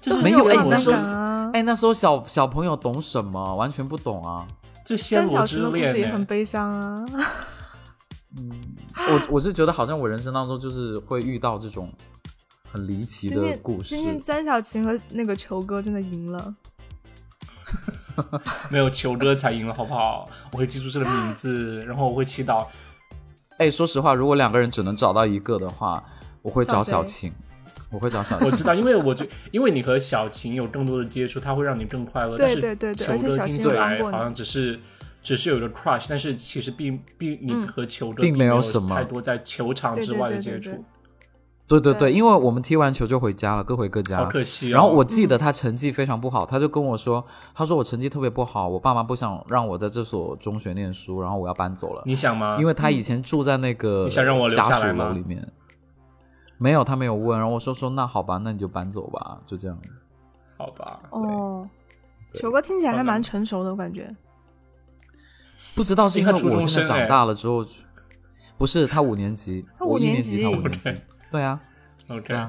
[SPEAKER 3] 就是
[SPEAKER 1] 没
[SPEAKER 2] 没
[SPEAKER 1] 有
[SPEAKER 2] 有
[SPEAKER 3] 暹
[SPEAKER 1] 哎
[SPEAKER 3] 罗
[SPEAKER 1] 那
[SPEAKER 3] 之
[SPEAKER 1] 时候
[SPEAKER 2] 感啊。
[SPEAKER 1] 哎，那时候小小朋友懂什么？完全不懂啊。
[SPEAKER 3] 这暹
[SPEAKER 2] 张
[SPEAKER 3] 罗
[SPEAKER 2] 小
[SPEAKER 3] 之
[SPEAKER 2] 纯的故
[SPEAKER 1] 哎
[SPEAKER 2] 事也
[SPEAKER 3] 恋哎
[SPEAKER 2] 很
[SPEAKER 3] 呢，
[SPEAKER 2] 悲伤啊。
[SPEAKER 1] 我我是觉得好像我人生当中就是会遇到这种很离奇
[SPEAKER 2] 今
[SPEAKER 1] 的
[SPEAKER 2] 天
[SPEAKER 1] 故事
[SPEAKER 2] 今。天詹小琴和那个球哥真的赢了，
[SPEAKER 3] 没有球哥才赢了，好不好？我会记住这个名字，然后我会祈祷
[SPEAKER 1] 哎，说实话，如果两个人只能找到一个的话，我会找小
[SPEAKER 2] 找谁
[SPEAKER 1] 晴，我会找小
[SPEAKER 3] 我
[SPEAKER 1] 晴。
[SPEAKER 3] 知道，因为我觉，因为你和小琴有更多的接触，它会让你更快乐。
[SPEAKER 2] 对
[SPEAKER 3] 但是
[SPEAKER 2] 对对对
[SPEAKER 3] 球
[SPEAKER 2] 而且
[SPEAKER 3] 哥
[SPEAKER 2] 小
[SPEAKER 3] 听
[SPEAKER 2] 琴
[SPEAKER 3] 起
[SPEAKER 2] 有
[SPEAKER 3] 来
[SPEAKER 2] 帮过你
[SPEAKER 3] 好像只是只是有一个 crush，但是其实并并你
[SPEAKER 2] 嗯
[SPEAKER 3] 和球哥
[SPEAKER 1] 并没
[SPEAKER 3] 没
[SPEAKER 1] 有
[SPEAKER 3] 有
[SPEAKER 1] 什么
[SPEAKER 3] 太多在球场之外的
[SPEAKER 2] 对对
[SPEAKER 3] 接
[SPEAKER 2] 对对
[SPEAKER 3] 触，
[SPEAKER 1] 对对对，
[SPEAKER 2] 对
[SPEAKER 1] 因为我们踢完球就回家了，各回各家。
[SPEAKER 3] 好可惜哦。
[SPEAKER 1] 啊然后我记得他成绩非常不好，他就跟我说，他说我成绩特别不好，我爸妈不想让我在这所中学念书，然后我要搬走了，
[SPEAKER 3] 你想吗？
[SPEAKER 1] 因为他以前住在那个
[SPEAKER 3] 啊嗯你想让我留
[SPEAKER 1] 家
[SPEAKER 3] 下来
[SPEAKER 1] 属
[SPEAKER 3] 吗
[SPEAKER 1] 楼里面。没有，他没有问，然后我说说那好吧，那你就搬走吧，就这样。
[SPEAKER 3] 好吧，
[SPEAKER 2] 哦，球哥听起来还蛮成熟的，我感觉。
[SPEAKER 1] 不知道是因为
[SPEAKER 3] 因为他初
[SPEAKER 1] 我
[SPEAKER 3] 中
[SPEAKER 1] 现在
[SPEAKER 3] 生哎
[SPEAKER 1] 长大了之后，不是他五年级，
[SPEAKER 2] 他
[SPEAKER 1] 我
[SPEAKER 2] 五
[SPEAKER 1] 一年
[SPEAKER 2] 年
[SPEAKER 1] 级，
[SPEAKER 2] 级
[SPEAKER 1] 他五 年级
[SPEAKER 3] OK，
[SPEAKER 1] 对啊，
[SPEAKER 3] OK
[SPEAKER 1] 对啊，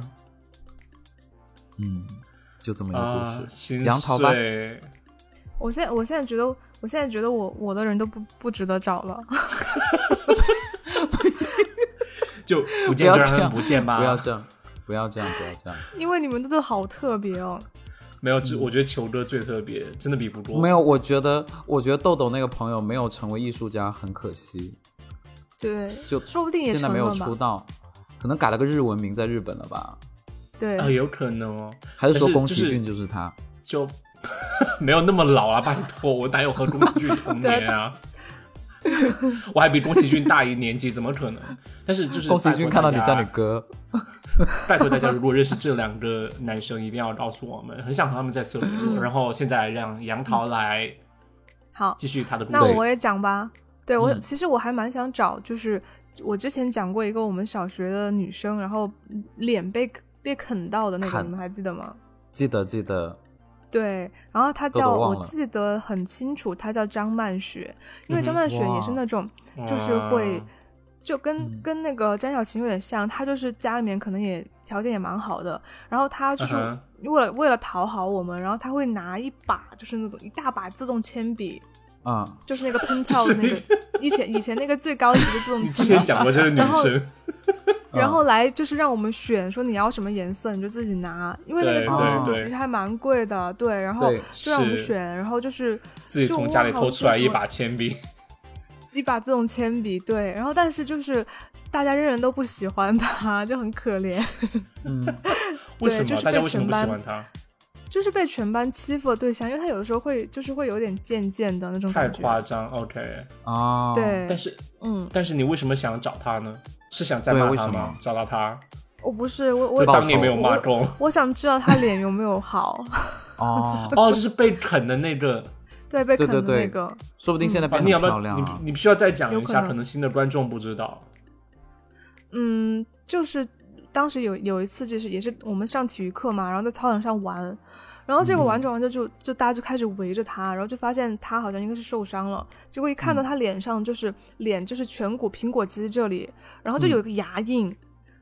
[SPEAKER 1] 嗯，就这么一
[SPEAKER 3] 啊
[SPEAKER 1] 个故，事，
[SPEAKER 3] 心
[SPEAKER 1] 杨桃吧
[SPEAKER 3] 碎。
[SPEAKER 2] 我现在我现在觉得，我现在觉得我我的人都不不值得找了。
[SPEAKER 3] 就不
[SPEAKER 1] 不
[SPEAKER 3] 见
[SPEAKER 1] 要
[SPEAKER 3] 就
[SPEAKER 1] 这
[SPEAKER 3] 让他们
[SPEAKER 1] 样，
[SPEAKER 3] 不见啊吧。
[SPEAKER 1] 不要这样，不要这样，不要这样。
[SPEAKER 2] 因为你们都好特别哦。
[SPEAKER 3] 没有，只我觉得球哥最特别，真的比不过。
[SPEAKER 1] 没有，我觉得，我觉得豆豆那个朋友没有成为艺术家很可惜，
[SPEAKER 2] 对，
[SPEAKER 1] 就
[SPEAKER 2] 说不定也
[SPEAKER 1] 现在
[SPEAKER 2] 成
[SPEAKER 1] 没有
[SPEAKER 2] 了
[SPEAKER 1] 出
[SPEAKER 2] 嘛。
[SPEAKER 1] 道，可能改了个日文名在日本了吧？
[SPEAKER 2] 对，
[SPEAKER 1] 哎
[SPEAKER 3] 啊，有可能哦。
[SPEAKER 1] 还是说
[SPEAKER 3] 但是
[SPEAKER 1] 宫
[SPEAKER 3] 就
[SPEAKER 1] 崎
[SPEAKER 3] 是
[SPEAKER 1] 骏就是他？
[SPEAKER 3] 就 没有那么老了，拜托，我哪有和宫崎骏同年啊？我还比宫崎骏大一年纪，怎么可能？但是就是
[SPEAKER 1] 宫崎骏看到你
[SPEAKER 3] 拜托
[SPEAKER 1] 叫
[SPEAKER 3] 大
[SPEAKER 1] 你
[SPEAKER 3] 家，
[SPEAKER 1] 哥，
[SPEAKER 3] 拜托大家，如果认识这两个男生，一定要告诉我们，很想和他们再次 联络。然后现在让杨桃来
[SPEAKER 2] 好，
[SPEAKER 3] 继续他的故
[SPEAKER 2] 那
[SPEAKER 3] 事。
[SPEAKER 2] 我也讲吧。对我
[SPEAKER 1] 嗯
[SPEAKER 2] 其实我还蛮想找，就是我之前讲过一个我们小学的女生，然后脸被被啃到的那个，
[SPEAKER 1] 啃
[SPEAKER 2] 你们还记得吗？
[SPEAKER 1] 记得记得，
[SPEAKER 2] 对，然后她
[SPEAKER 1] 豆
[SPEAKER 2] 叫
[SPEAKER 1] 豆忘
[SPEAKER 2] 我
[SPEAKER 1] 了
[SPEAKER 2] 记得很清楚，她叫张曼雪，因为张
[SPEAKER 3] 嗯哼
[SPEAKER 2] 曼雪也是
[SPEAKER 1] 哇
[SPEAKER 2] 那种就是
[SPEAKER 3] 哇
[SPEAKER 2] 会就跟、
[SPEAKER 1] 嗯
[SPEAKER 2] 跟那个詹小琴有点像，她就是家里面可能也条件也蛮好的，然后她就是
[SPEAKER 3] 嗯
[SPEAKER 2] 为了、为了讨好我们，然后她会拿一把就是那种一大把自动铅笔，
[SPEAKER 1] 啊、
[SPEAKER 2] 就是那个喷跳的那个
[SPEAKER 3] 就 是，
[SPEAKER 2] 以前以前那个最高级的自动
[SPEAKER 3] 你之
[SPEAKER 2] 铅
[SPEAKER 3] 前
[SPEAKER 2] 笔，
[SPEAKER 3] 讲过这个女
[SPEAKER 2] 然后
[SPEAKER 3] 生，嗯
[SPEAKER 2] 然后来就是让我们选，说你要什么颜色你就自己拿，因为那个自
[SPEAKER 3] 对
[SPEAKER 2] 动
[SPEAKER 1] 对
[SPEAKER 2] 铅笔
[SPEAKER 1] 对
[SPEAKER 2] 其实还蛮贵的，对，然后
[SPEAKER 1] 对
[SPEAKER 2] 就让我们
[SPEAKER 3] 是
[SPEAKER 2] 选，然后就是
[SPEAKER 3] 自己
[SPEAKER 2] 就
[SPEAKER 3] 从家里
[SPEAKER 2] 哇
[SPEAKER 3] 偷
[SPEAKER 2] 我
[SPEAKER 3] 出来
[SPEAKER 2] 就
[SPEAKER 3] 一
[SPEAKER 2] 说
[SPEAKER 3] 把铅 笔，
[SPEAKER 2] 一把自动铅笔，对，然后但是就是大家人人都不喜欢他， 就很可怜，
[SPEAKER 1] 嗯，
[SPEAKER 3] 为什
[SPEAKER 2] 就
[SPEAKER 3] 么？
[SPEAKER 2] 是
[SPEAKER 3] 大家
[SPEAKER 2] 被
[SPEAKER 3] 为什
[SPEAKER 2] 全
[SPEAKER 3] 么不喜
[SPEAKER 2] 班
[SPEAKER 3] 欢他？
[SPEAKER 2] 就是被全班欺负的对象，因为他有的时候会就是会有点贱贱的那种
[SPEAKER 3] 太
[SPEAKER 2] 感觉，
[SPEAKER 3] 夸张，OK。
[SPEAKER 1] 哦，，
[SPEAKER 2] 对，
[SPEAKER 3] 但是
[SPEAKER 2] 嗯，
[SPEAKER 3] 但是你为什么想找他呢？是想再
[SPEAKER 1] 对
[SPEAKER 3] 骂
[SPEAKER 1] 为
[SPEAKER 3] 他
[SPEAKER 1] 什
[SPEAKER 3] 吗
[SPEAKER 1] 么？
[SPEAKER 3] 找到他，
[SPEAKER 2] 我不是我我
[SPEAKER 1] 就
[SPEAKER 3] 就
[SPEAKER 1] 报
[SPEAKER 3] 当年
[SPEAKER 1] 仇
[SPEAKER 3] 没有骂
[SPEAKER 2] 我
[SPEAKER 3] 够。
[SPEAKER 2] 我想知道他脸有没有好，
[SPEAKER 1] 哦，
[SPEAKER 3] 哦，就是被啃的 那个。
[SPEAKER 2] 对，被
[SPEAKER 1] 对
[SPEAKER 2] 啃
[SPEAKER 1] 对
[SPEAKER 2] 的
[SPEAKER 1] 对
[SPEAKER 2] 那个。
[SPEAKER 1] 说不定现在
[SPEAKER 3] 啊，
[SPEAKER 1] 变
[SPEAKER 3] 你
[SPEAKER 1] 得
[SPEAKER 3] 要
[SPEAKER 1] 很
[SPEAKER 3] 不
[SPEAKER 1] 漂
[SPEAKER 3] 要？
[SPEAKER 1] 亮
[SPEAKER 3] 你
[SPEAKER 1] 啊。
[SPEAKER 3] 你必须要再讲
[SPEAKER 2] 有
[SPEAKER 3] 一
[SPEAKER 2] 可
[SPEAKER 3] 下，
[SPEAKER 2] 能
[SPEAKER 3] 可能新的观众不知道。
[SPEAKER 2] 嗯，就是当时有有一次，就是也是我们上体育课嘛，然后在操场上玩，然后这个
[SPEAKER 3] 嗯
[SPEAKER 2] 玩着玩着就就大家就开始围着他，然后就发现他好像应该是受伤了，结果一看到
[SPEAKER 3] 嗯
[SPEAKER 2] 他脸上就是、脸就是颧骨苹果肌这里，然
[SPEAKER 3] 嗯
[SPEAKER 2] 后就有一个牙印，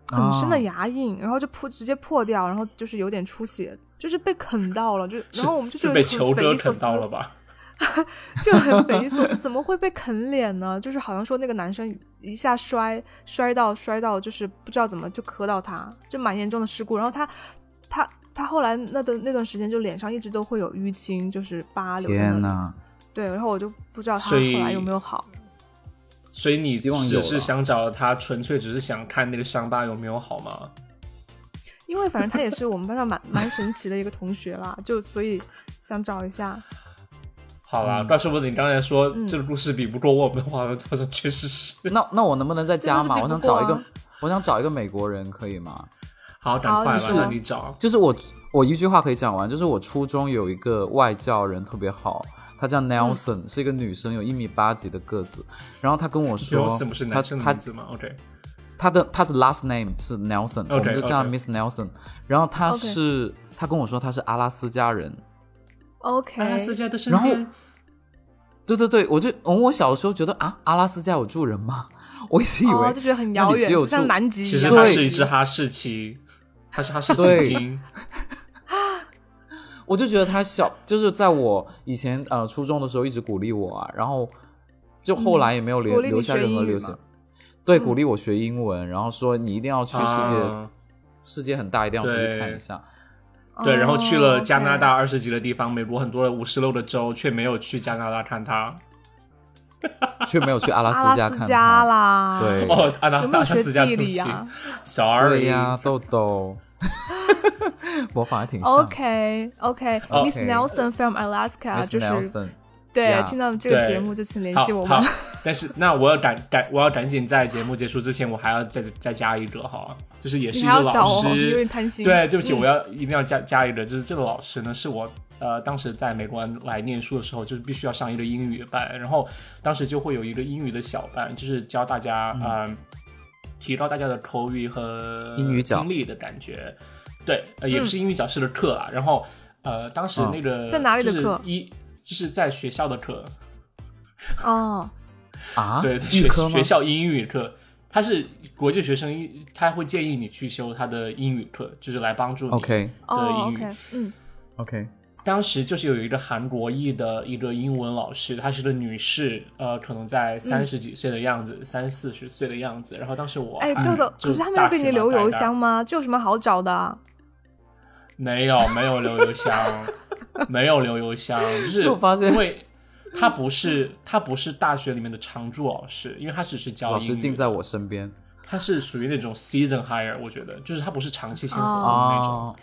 [SPEAKER 2] 很深
[SPEAKER 3] 哦
[SPEAKER 1] 啊
[SPEAKER 2] 的牙印，然后就破直接破掉，然后就是有点出血，就是被啃到了，就然后我们就觉
[SPEAKER 3] 是
[SPEAKER 2] 得
[SPEAKER 3] 被
[SPEAKER 2] 很
[SPEAKER 3] 球
[SPEAKER 2] 匪
[SPEAKER 3] 哥
[SPEAKER 2] 夷所
[SPEAKER 3] 啃
[SPEAKER 2] 思
[SPEAKER 3] 到了吧？
[SPEAKER 2] 就很匪夷所思，怎么会被啃脸呢？就是好像说那个男生一下摔摔到摔到，就是不知道怎么就磕到他，就蛮严重的事故。然后他他他后来那段那段时间就脸上一直都会有淤青，就是疤留在
[SPEAKER 1] 天
[SPEAKER 2] 那里。
[SPEAKER 1] 哪，
[SPEAKER 2] 对，然后我就不知道他
[SPEAKER 3] 所
[SPEAKER 2] 后
[SPEAKER 3] 以
[SPEAKER 2] 来有没有好。
[SPEAKER 3] 所以你
[SPEAKER 1] 希望有
[SPEAKER 3] 只
[SPEAKER 1] 吧
[SPEAKER 3] 是想找他，纯粹只是想看那个伤疤有没有好吗？
[SPEAKER 2] 因为反正他也是我们班上蛮蛮神奇的一个同学啦，就所以想找一下。
[SPEAKER 3] 好
[SPEAKER 1] 嗯
[SPEAKER 3] 啦，但是我你刚才说、
[SPEAKER 2] 嗯
[SPEAKER 3] 这个故事比不过我们的话，好像确实是。
[SPEAKER 1] 那那我能不能再加码？
[SPEAKER 2] 真
[SPEAKER 1] 我
[SPEAKER 2] 的是
[SPEAKER 1] 想
[SPEAKER 2] 比不过
[SPEAKER 1] 找
[SPEAKER 2] 啊
[SPEAKER 1] 一个，我想找一个美国人，可以吗？
[SPEAKER 3] 好，赶快
[SPEAKER 2] 好
[SPEAKER 3] 吧，
[SPEAKER 2] 就是
[SPEAKER 3] 那你找。
[SPEAKER 1] 就是我我一句话可以讲完，就是我初中有一个外教人特别好，她
[SPEAKER 3] 嗯
[SPEAKER 1] 叫 Nelson，、是一个女生，有一米八几的个子。然后她跟我说，
[SPEAKER 3] Wilson 不是
[SPEAKER 1] 她
[SPEAKER 3] 男生的
[SPEAKER 1] 她
[SPEAKER 3] 名字吗？OK，
[SPEAKER 1] 她的她的 last name 是 Nelson，、我们就叫她
[SPEAKER 3] OK，OK
[SPEAKER 1] Miss Nelson。然后她
[SPEAKER 2] OK
[SPEAKER 1] 是她跟我说她是阿拉斯加人，
[SPEAKER 2] OK，
[SPEAKER 3] 阿拉斯加的身
[SPEAKER 1] 然后
[SPEAKER 3] 边，
[SPEAKER 1] 对对对，我就嗯我小时候觉得啊，阿拉斯加有住人吗？ 我一直以为、
[SPEAKER 2] 哦，就觉得很遥
[SPEAKER 1] 那你
[SPEAKER 2] 远，
[SPEAKER 1] 只有
[SPEAKER 2] 就像
[SPEAKER 1] 住
[SPEAKER 2] 南极一
[SPEAKER 3] 其实
[SPEAKER 2] 样。
[SPEAKER 3] 它
[SPEAKER 1] 对
[SPEAKER 3] 是一只哈士奇，它是哈士奇
[SPEAKER 1] 对
[SPEAKER 3] 精。
[SPEAKER 1] 我就觉得他小，就是在我以前呃初中的时候一直鼓励我啊，然后就后来也没有留、
[SPEAKER 2] 嗯鼓励你
[SPEAKER 1] 留下
[SPEAKER 2] 学
[SPEAKER 1] 任何
[SPEAKER 2] 英语
[SPEAKER 1] 留
[SPEAKER 2] 嘛
[SPEAKER 1] 下，对，
[SPEAKER 2] 嗯
[SPEAKER 1] 鼓励我学英文，然后说你一定要去世界，
[SPEAKER 3] 啊
[SPEAKER 1] 世界很大，一定要出去看一下。
[SPEAKER 3] 对，然后去了
[SPEAKER 2] 哦
[SPEAKER 3] 加拿
[SPEAKER 2] OK
[SPEAKER 3] 大二十几个地方，美国很多五十六的州，却没有去加拿大看它。
[SPEAKER 1] 却没有去阿拉
[SPEAKER 2] 阿
[SPEAKER 1] 斯加
[SPEAKER 2] 拉
[SPEAKER 1] 看
[SPEAKER 2] 斯
[SPEAKER 1] 他。
[SPEAKER 2] 加啦。
[SPEAKER 1] 对
[SPEAKER 3] 哦，阿拉
[SPEAKER 2] 有没有
[SPEAKER 3] 阿拉
[SPEAKER 2] 学
[SPEAKER 3] 斯加
[SPEAKER 2] 地
[SPEAKER 3] 对不
[SPEAKER 2] 理
[SPEAKER 3] 起
[SPEAKER 2] 啊
[SPEAKER 1] 对
[SPEAKER 3] ，sorry
[SPEAKER 1] 呀、豆豆，模仿还挺像。
[SPEAKER 2] OK OK，
[SPEAKER 3] 哦
[SPEAKER 2] Miss Nelson from Alaska，
[SPEAKER 1] Miss
[SPEAKER 2] 就是
[SPEAKER 1] Nelson，
[SPEAKER 2] 对
[SPEAKER 1] yeah，
[SPEAKER 2] 听到这个
[SPEAKER 3] 对
[SPEAKER 2] 节目就请联
[SPEAKER 3] 好
[SPEAKER 2] 系我
[SPEAKER 3] 好
[SPEAKER 2] 们。，
[SPEAKER 3] 但是那我要赶赶，我要赶紧在节目结束之前，我还要再再加一个哈，就是也 是
[SPEAKER 2] 你
[SPEAKER 3] 一
[SPEAKER 2] 还
[SPEAKER 3] 个
[SPEAKER 2] 要找
[SPEAKER 3] 老
[SPEAKER 2] 我，
[SPEAKER 3] 师，
[SPEAKER 2] 有点贪心。嗯
[SPEAKER 3] 对，对不起，我要一定要加加一个，就是这个老师呢，是我呃当时在美国来念书的时候，就是必须要上一个英语班，然后当时就会有一个英语的小班，就是教大家嗯、呃提高大家的口语和
[SPEAKER 1] 英语角
[SPEAKER 3] 听力的感觉。对，呃，也不是英语角，是个课啦。然后呃，当
[SPEAKER 1] 哦
[SPEAKER 3] 时那个、
[SPEAKER 2] 嗯在哪里的课
[SPEAKER 3] 一就是在学校的课，
[SPEAKER 2] 哦，
[SPEAKER 1] 啊，
[SPEAKER 3] 对，
[SPEAKER 1] 预
[SPEAKER 3] 学
[SPEAKER 1] 科吗
[SPEAKER 3] 学？校英语课，他是国际学生，他会建议你去修他的英语课，就是来帮助你。
[SPEAKER 1] OK
[SPEAKER 2] 哦
[SPEAKER 3] 英语
[SPEAKER 2] ，OK，嗯，
[SPEAKER 1] OK，
[SPEAKER 3] 当时就是有一个韩国裔的一个英文老师，她是个女士，呃，可能在
[SPEAKER 2] 嗯
[SPEAKER 3] 三十几岁的样子，三四十岁的样子。然后当时我
[SPEAKER 2] 哎，
[SPEAKER 3] 还
[SPEAKER 2] 豆豆，
[SPEAKER 3] 嗯就
[SPEAKER 2] 可是他们
[SPEAKER 3] 大
[SPEAKER 2] 要给
[SPEAKER 3] 学
[SPEAKER 2] 你
[SPEAKER 3] 嘛
[SPEAKER 2] 留
[SPEAKER 3] 大
[SPEAKER 2] 邮
[SPEAKER 3] 概
[SPEAKER 2] 箱吗？这有什么好找的啊？
[SPEAKER 3] 没有，没有留 邮箱，没有留邮箱，就是
[SPEAKER 1] 就发现
[SPEAKER 3] 因为他不是他不是大学里面的常驻老师，因为他只是教
[SPEAKER 1] 老
[SPEAKER 3] 英
[SPEAKER 1] 师
[SPEAKER 3] 语，
[SPEAKER 1] 近在我身边
[SPEAKER 3] 他是属于那种 season hire，我觉得就是他不是长期性合同的那种。
[SPEAKER 1] 哦，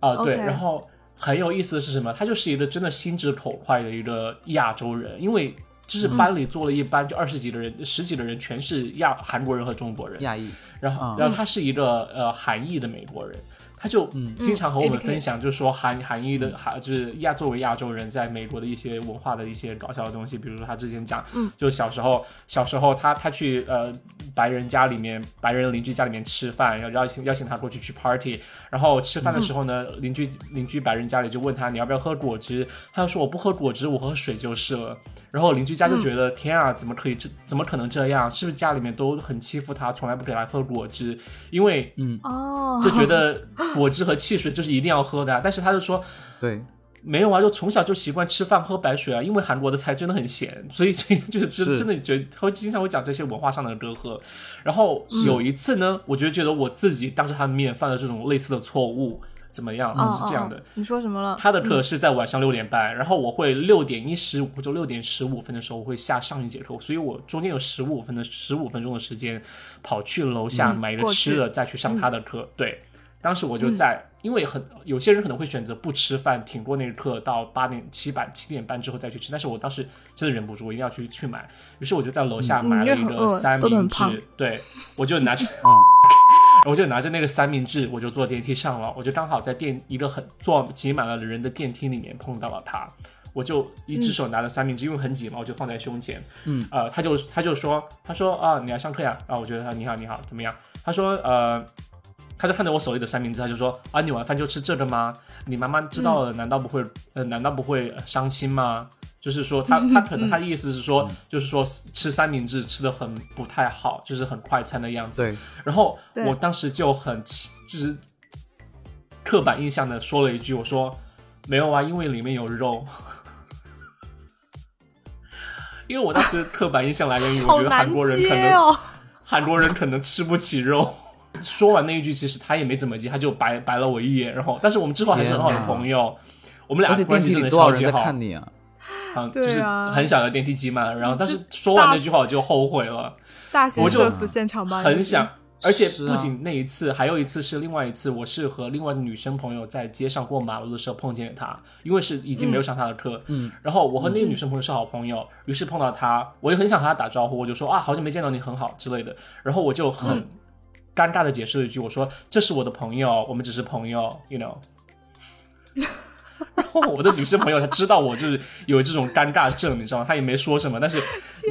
[SPEAKER 3] 啊、对，
[SPEAKER 2] OK
[SPEAKER 3] 然后很有意思的是什么？他就是一个真的心直口快的一个亚洲人，因为就是班里坐了一班，就二十几个人，十几个人全是亚韩国人和中国人，
[SPEAKER 1] 亚裔
[SPEAKER 3] 然
[SPEAKER 1] 嗯
[SPEAKER 3] 后然后他是一个呃韩裔的美国人。他就经常和我
[SPEAKER 2] 嗯
[SPEAKER 3] 们
[SPEAKER 2] ，ABK
[SPEAKER 3] 分享，就是说韩韩裔的韩就是亚作为亚洲人在美国的一些文化的一些搞笑的东西，比如说他之前讲，就小时候小时候他他去呃白人家里面白人邻居家里面吃饭，要邀请邀请他过去去 party，然后吃饭的时候呢，邻居邻居白人家里就问他你要不要喝果汁，他就说我不喝果汁，我喝水就是了。然后邻居家
[SPEAKER 2] 嗯
[SPEAKER 3] 就觉得、天啊，怎么可以这怎么可能这样？是不是家里面都很欺负他，从来不给他喝果汁？因为
[SPEAKER 2] 哦，
[SPEAKER 3] 就觉得果汁和汽水就是一定要喝的啊、但是他就说
[SPEAKER 1] 对，
[SPEAKER 3] 没有啊，就从小就习惯吃饭喝白水啊，因为韩国的菜真的很咸， 所以所以就是真
[SPEAKER 1] 是
[SPEAKER 3] 真的觉得会经常会讲这些文化上的隔阂。然后有一次呢，我就觉得我自己当着他的面犯了这种类似的错误，怎么样？
[SPEAKER 2] 哦
[SPEAKER 3] 是这样的
[SPEAKER 2] 哦， 你说什么了？
[SPEAKER 3] 他的课是在晚上六点半，然后我会六点一十五或者六点十五分的时候我会下上一节课，所以我中间有十五分的十五分钟的时间跑去楼下买一个
[SPEAKER 2] 嗯过去嗯
[SPEAKER 3] 吃的，再去上他的课。对，当时我就在，因为很有些人可能会选择不吃饭，挺过那个课到八点七百七点半之后再去吃，但是我当时真的忍不住，我一定要去去买，于是我就在楼下
[SPEAKER 2] 嗯嗯
[SPEAKER 3] 买了一
[SPEAKER 2] 因为很
[SPEAKER 3] 个
[SPEAKER 2] 饿
[SPEAKER 3] 三
[SPEAKER 2] 都很
[SPEAKER 3] 明治，
[SPEAKER 2] 胖
[SPEAKER 3] 对我就拿着。我就拿着那个三明治，我就坐电梯上了，我就刚好在电一个很坐挤满了人的电梯里面碰到了他，我就一只手拿着三明治，因为很挤嘛，我就放在胸前，嗯，呃，他就他就说，他说啊，你来上课呀，啊，我觉得他你好你好怎么样？他说呃，他就看着我手里的三明治，他就说啊，你晚饭就吃这个吗？你妈妈知道了，难道不会呃，难道不会伤心吗？就是说他，他可能他的意思是说，就是说吃三明治吃的很不太好，就是很快餐的样子。
[SPEAKER 1] 对，
[SPEAKER 3] 然后
[SPEAKER 2] 对
[SPEAKER 3] 我当时就很气就是刻板印象的说了一句，我说没有啊，因为里面有肉。 因为我当时的刻板印象来源于，我
[SPEAKER 2] 嗯好
[SPEAKER 3] 觉得
[SPEAKER 2] 难
[SPEAKER 3] 韩国人可
[SPEAKER 2] 接
[SPEAKER 3] 能、
[SPEAKER 2] 哦，
[SPEAKER 3] 韩国人可能吃不起肉，说完那一句，其实他也没怎么接，他就白白了我一眼。然后，但是我们之后还是很好的朋友，我们
[SPEAKER 1] 而
[SPEAKER 3] 俩
[SPEAKER 1] 且
[SPEAKER 3] 关
[SPEAKER 1] 电
[SPEAKER 3] 系
[SPEAKER 1] 梯
[SPEAKER 3] 真
[SPEAKER 1] 里
[SPEAKER 3] 的
[SPEAKER 1] 多少
[SPEAKER 3] 超
[SPEAKER 1] 人
[SPEAKER 3] 级
[SPEAKER 1] 在
[SPEAKER 3] 好
[SPEAKER 1] 看。你啊？
[SPEAKER 3] 嗯，就
[SPEAKER 2] 对
[SPEAKER 3] 是
[SPEAKER 2] 啊
[SPEAKER 3] 很小的电梯挤满了，然后但是
[SPEAKER 2] 这
[SPEAKER 3] 说完
[SPEAKER 2] 大
[SPEAKER 3] 那句话我就后悔了，
[SPEAKER 2] 大型
[SPEAKER 3] 我就
[SPEAKER 2] 社死现场吧，
[SPEAKER 3] 很想。而且
[SPEAKER 1] 是啊
[SPEAKER 3] 不仅那一次，还有一次是另外一次，我是和另外的女生朋友在街上过马路的时候碰见她，因为是已经没有上她的课，
[SPEAKER 1] 嗯，
[SPEAKER 3] 然后我和那个女生朋友是好朋友，于是碰到她，我也很想和她打招呼，我就说啊，好久没见到你，很好之类的。然后我就很
[SPEAKER 1] 嗯
[SPEAKER 3] 尴尬的解释了一句，我说这是我的朋友，我们只是朋友，you know。然后 我的女生朋友她知道我就是有这种尴尬症，你知道吗？她也没说什么，但是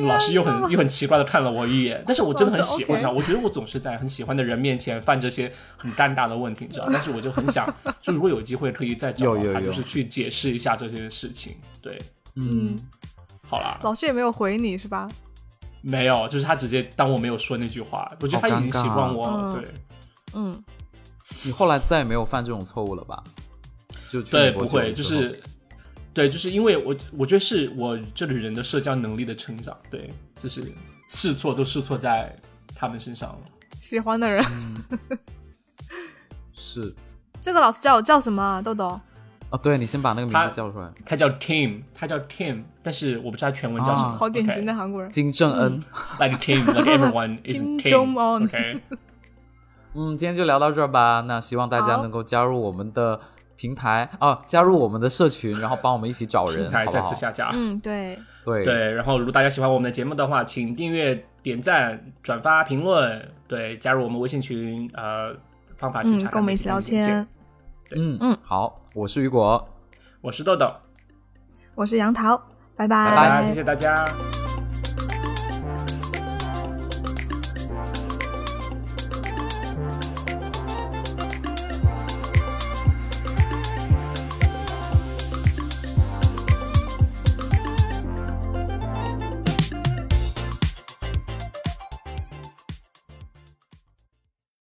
[SPEAKER 3] 老师又很又很奇怪的看了我一眼。但是我真的很喜
[SPEAKER 1] 哦
[SPEAKER 3] 欢她，
[SPEAKER 2] 老
[SPEAKER 3] 我觉得我总是在很喜欢的人面前犯这些很尴尬的问题，你知道吗？但是我就很 想，就如果有机会可以再找
[SPEAKER 1] 有有
[SPEAKER 3] 她，
[SPEAKER 1] 有
[SPEAKER 3] 就是去解释一下这件事情。对，
[SPEAKER 1] 嗯，
[SPEAKER 3] 好啦，
[SPEAKER 2] 老师也没有回你是吧？
[SPEAKER 3] 没有，就是他直接当我没有说那句话，我觉
[SPEAKER 1] 好
[SPEAKER 3] 得他已
[SPEAKER 1] 尴
[SPEAKER 3] 经
[SPEAKER 1] 尬
[SPEAKER 3] 习惯我
[SPEAKER 2] 啊
[SPEAKER 3] 了，
[SPEAKER 2] 嗯
[SPEAKER 3] 对
[SPEAKER 2] 嗯，
[SPEAKER 1] 你后来再也没有犯这种错误了吧？就去美
[SPEAKER 3] 对，
[SPEAKER 1] 国
[SPEAKER 3] 不
[SPEAKER 1] 久了
[SPEAKER 3] 会，就
[SPEAKER 1] 之后
[SPEAKER 3] 是对，就是因为我我觉得是我这里人的社交能力的成长，对，就是试错都试错在他们身上了。
[SPEAKER 2] 喜欢的
[SPEAKER 3] 嗯
[SPEAKER 2] 人，
[SPEAKER 1] 是
[SPEAKER 2] 这个老师叫叫什么啊？豆豆？
[SPEAKER 1] 啊，对你先把那个名
[SPEAKER 3] 他
[SPEAKER 1] 字叫出来，
[SPEAKER 3] 他叫 Tim，他叫 Tim，但是我不知道他全文叫什么。
[SPEAKER 1] 啊
[SPEAKER 2] 好典型的韩国人。
[SPEAKER 1] 金正恩。
[SPEAKER 3] ，like Tim，like everyone is
[SPEAKER 2] Kim
[SPEAKER 3] Tim。
[SPEAKER 2] Jong-un
[SPEAKER 3] OK，
[SPEAKER 1] 嗯，今天就聊到这儿吧。那希望大家
[SPEAKER 2] 好
[SPEAKER 1] 能够加入我们的平台啊，加入我们的社群，然后帮我们一起找人，
[SPEAKER 3] 平
[SPEAKER 1] 好
[SPEAKER 3] 台
[SPEAKER 1] 不
[SPEAKER 3] 再
[SPEAKER 1] 好
[SPEAKER 3] 次？下架。
[SPEAKER 2] 嗯，对，
[SPEAKER 1] 对
[SPEAKER 3] 对，然后如果大家喜欢我们的节目的话，请订阅、点赞、转发、评论，对，加入我们微信群，呃，方法请
[SPEAKER 2] 嗯，
[SPEAKER 3] 查看
[SPEAKER 2] 跟我们一起
[SPEAKER 3] 微
[SPEAKER 2] 聊
[SPEAKER 3] 信简介
[SPEAKER 2] 天。。
[SPEAKER 1] 嗯
[SPEAKER 2] 嗯
[SPEAKER 1] 好，我是雨果，
[SPEAKER 3] 我是豆豆，
[SPEAKER 2] 我是杨桃，拜
[SPEAKER 1] 拜
[SPEAKER 3] 拜拜，谢谢大家。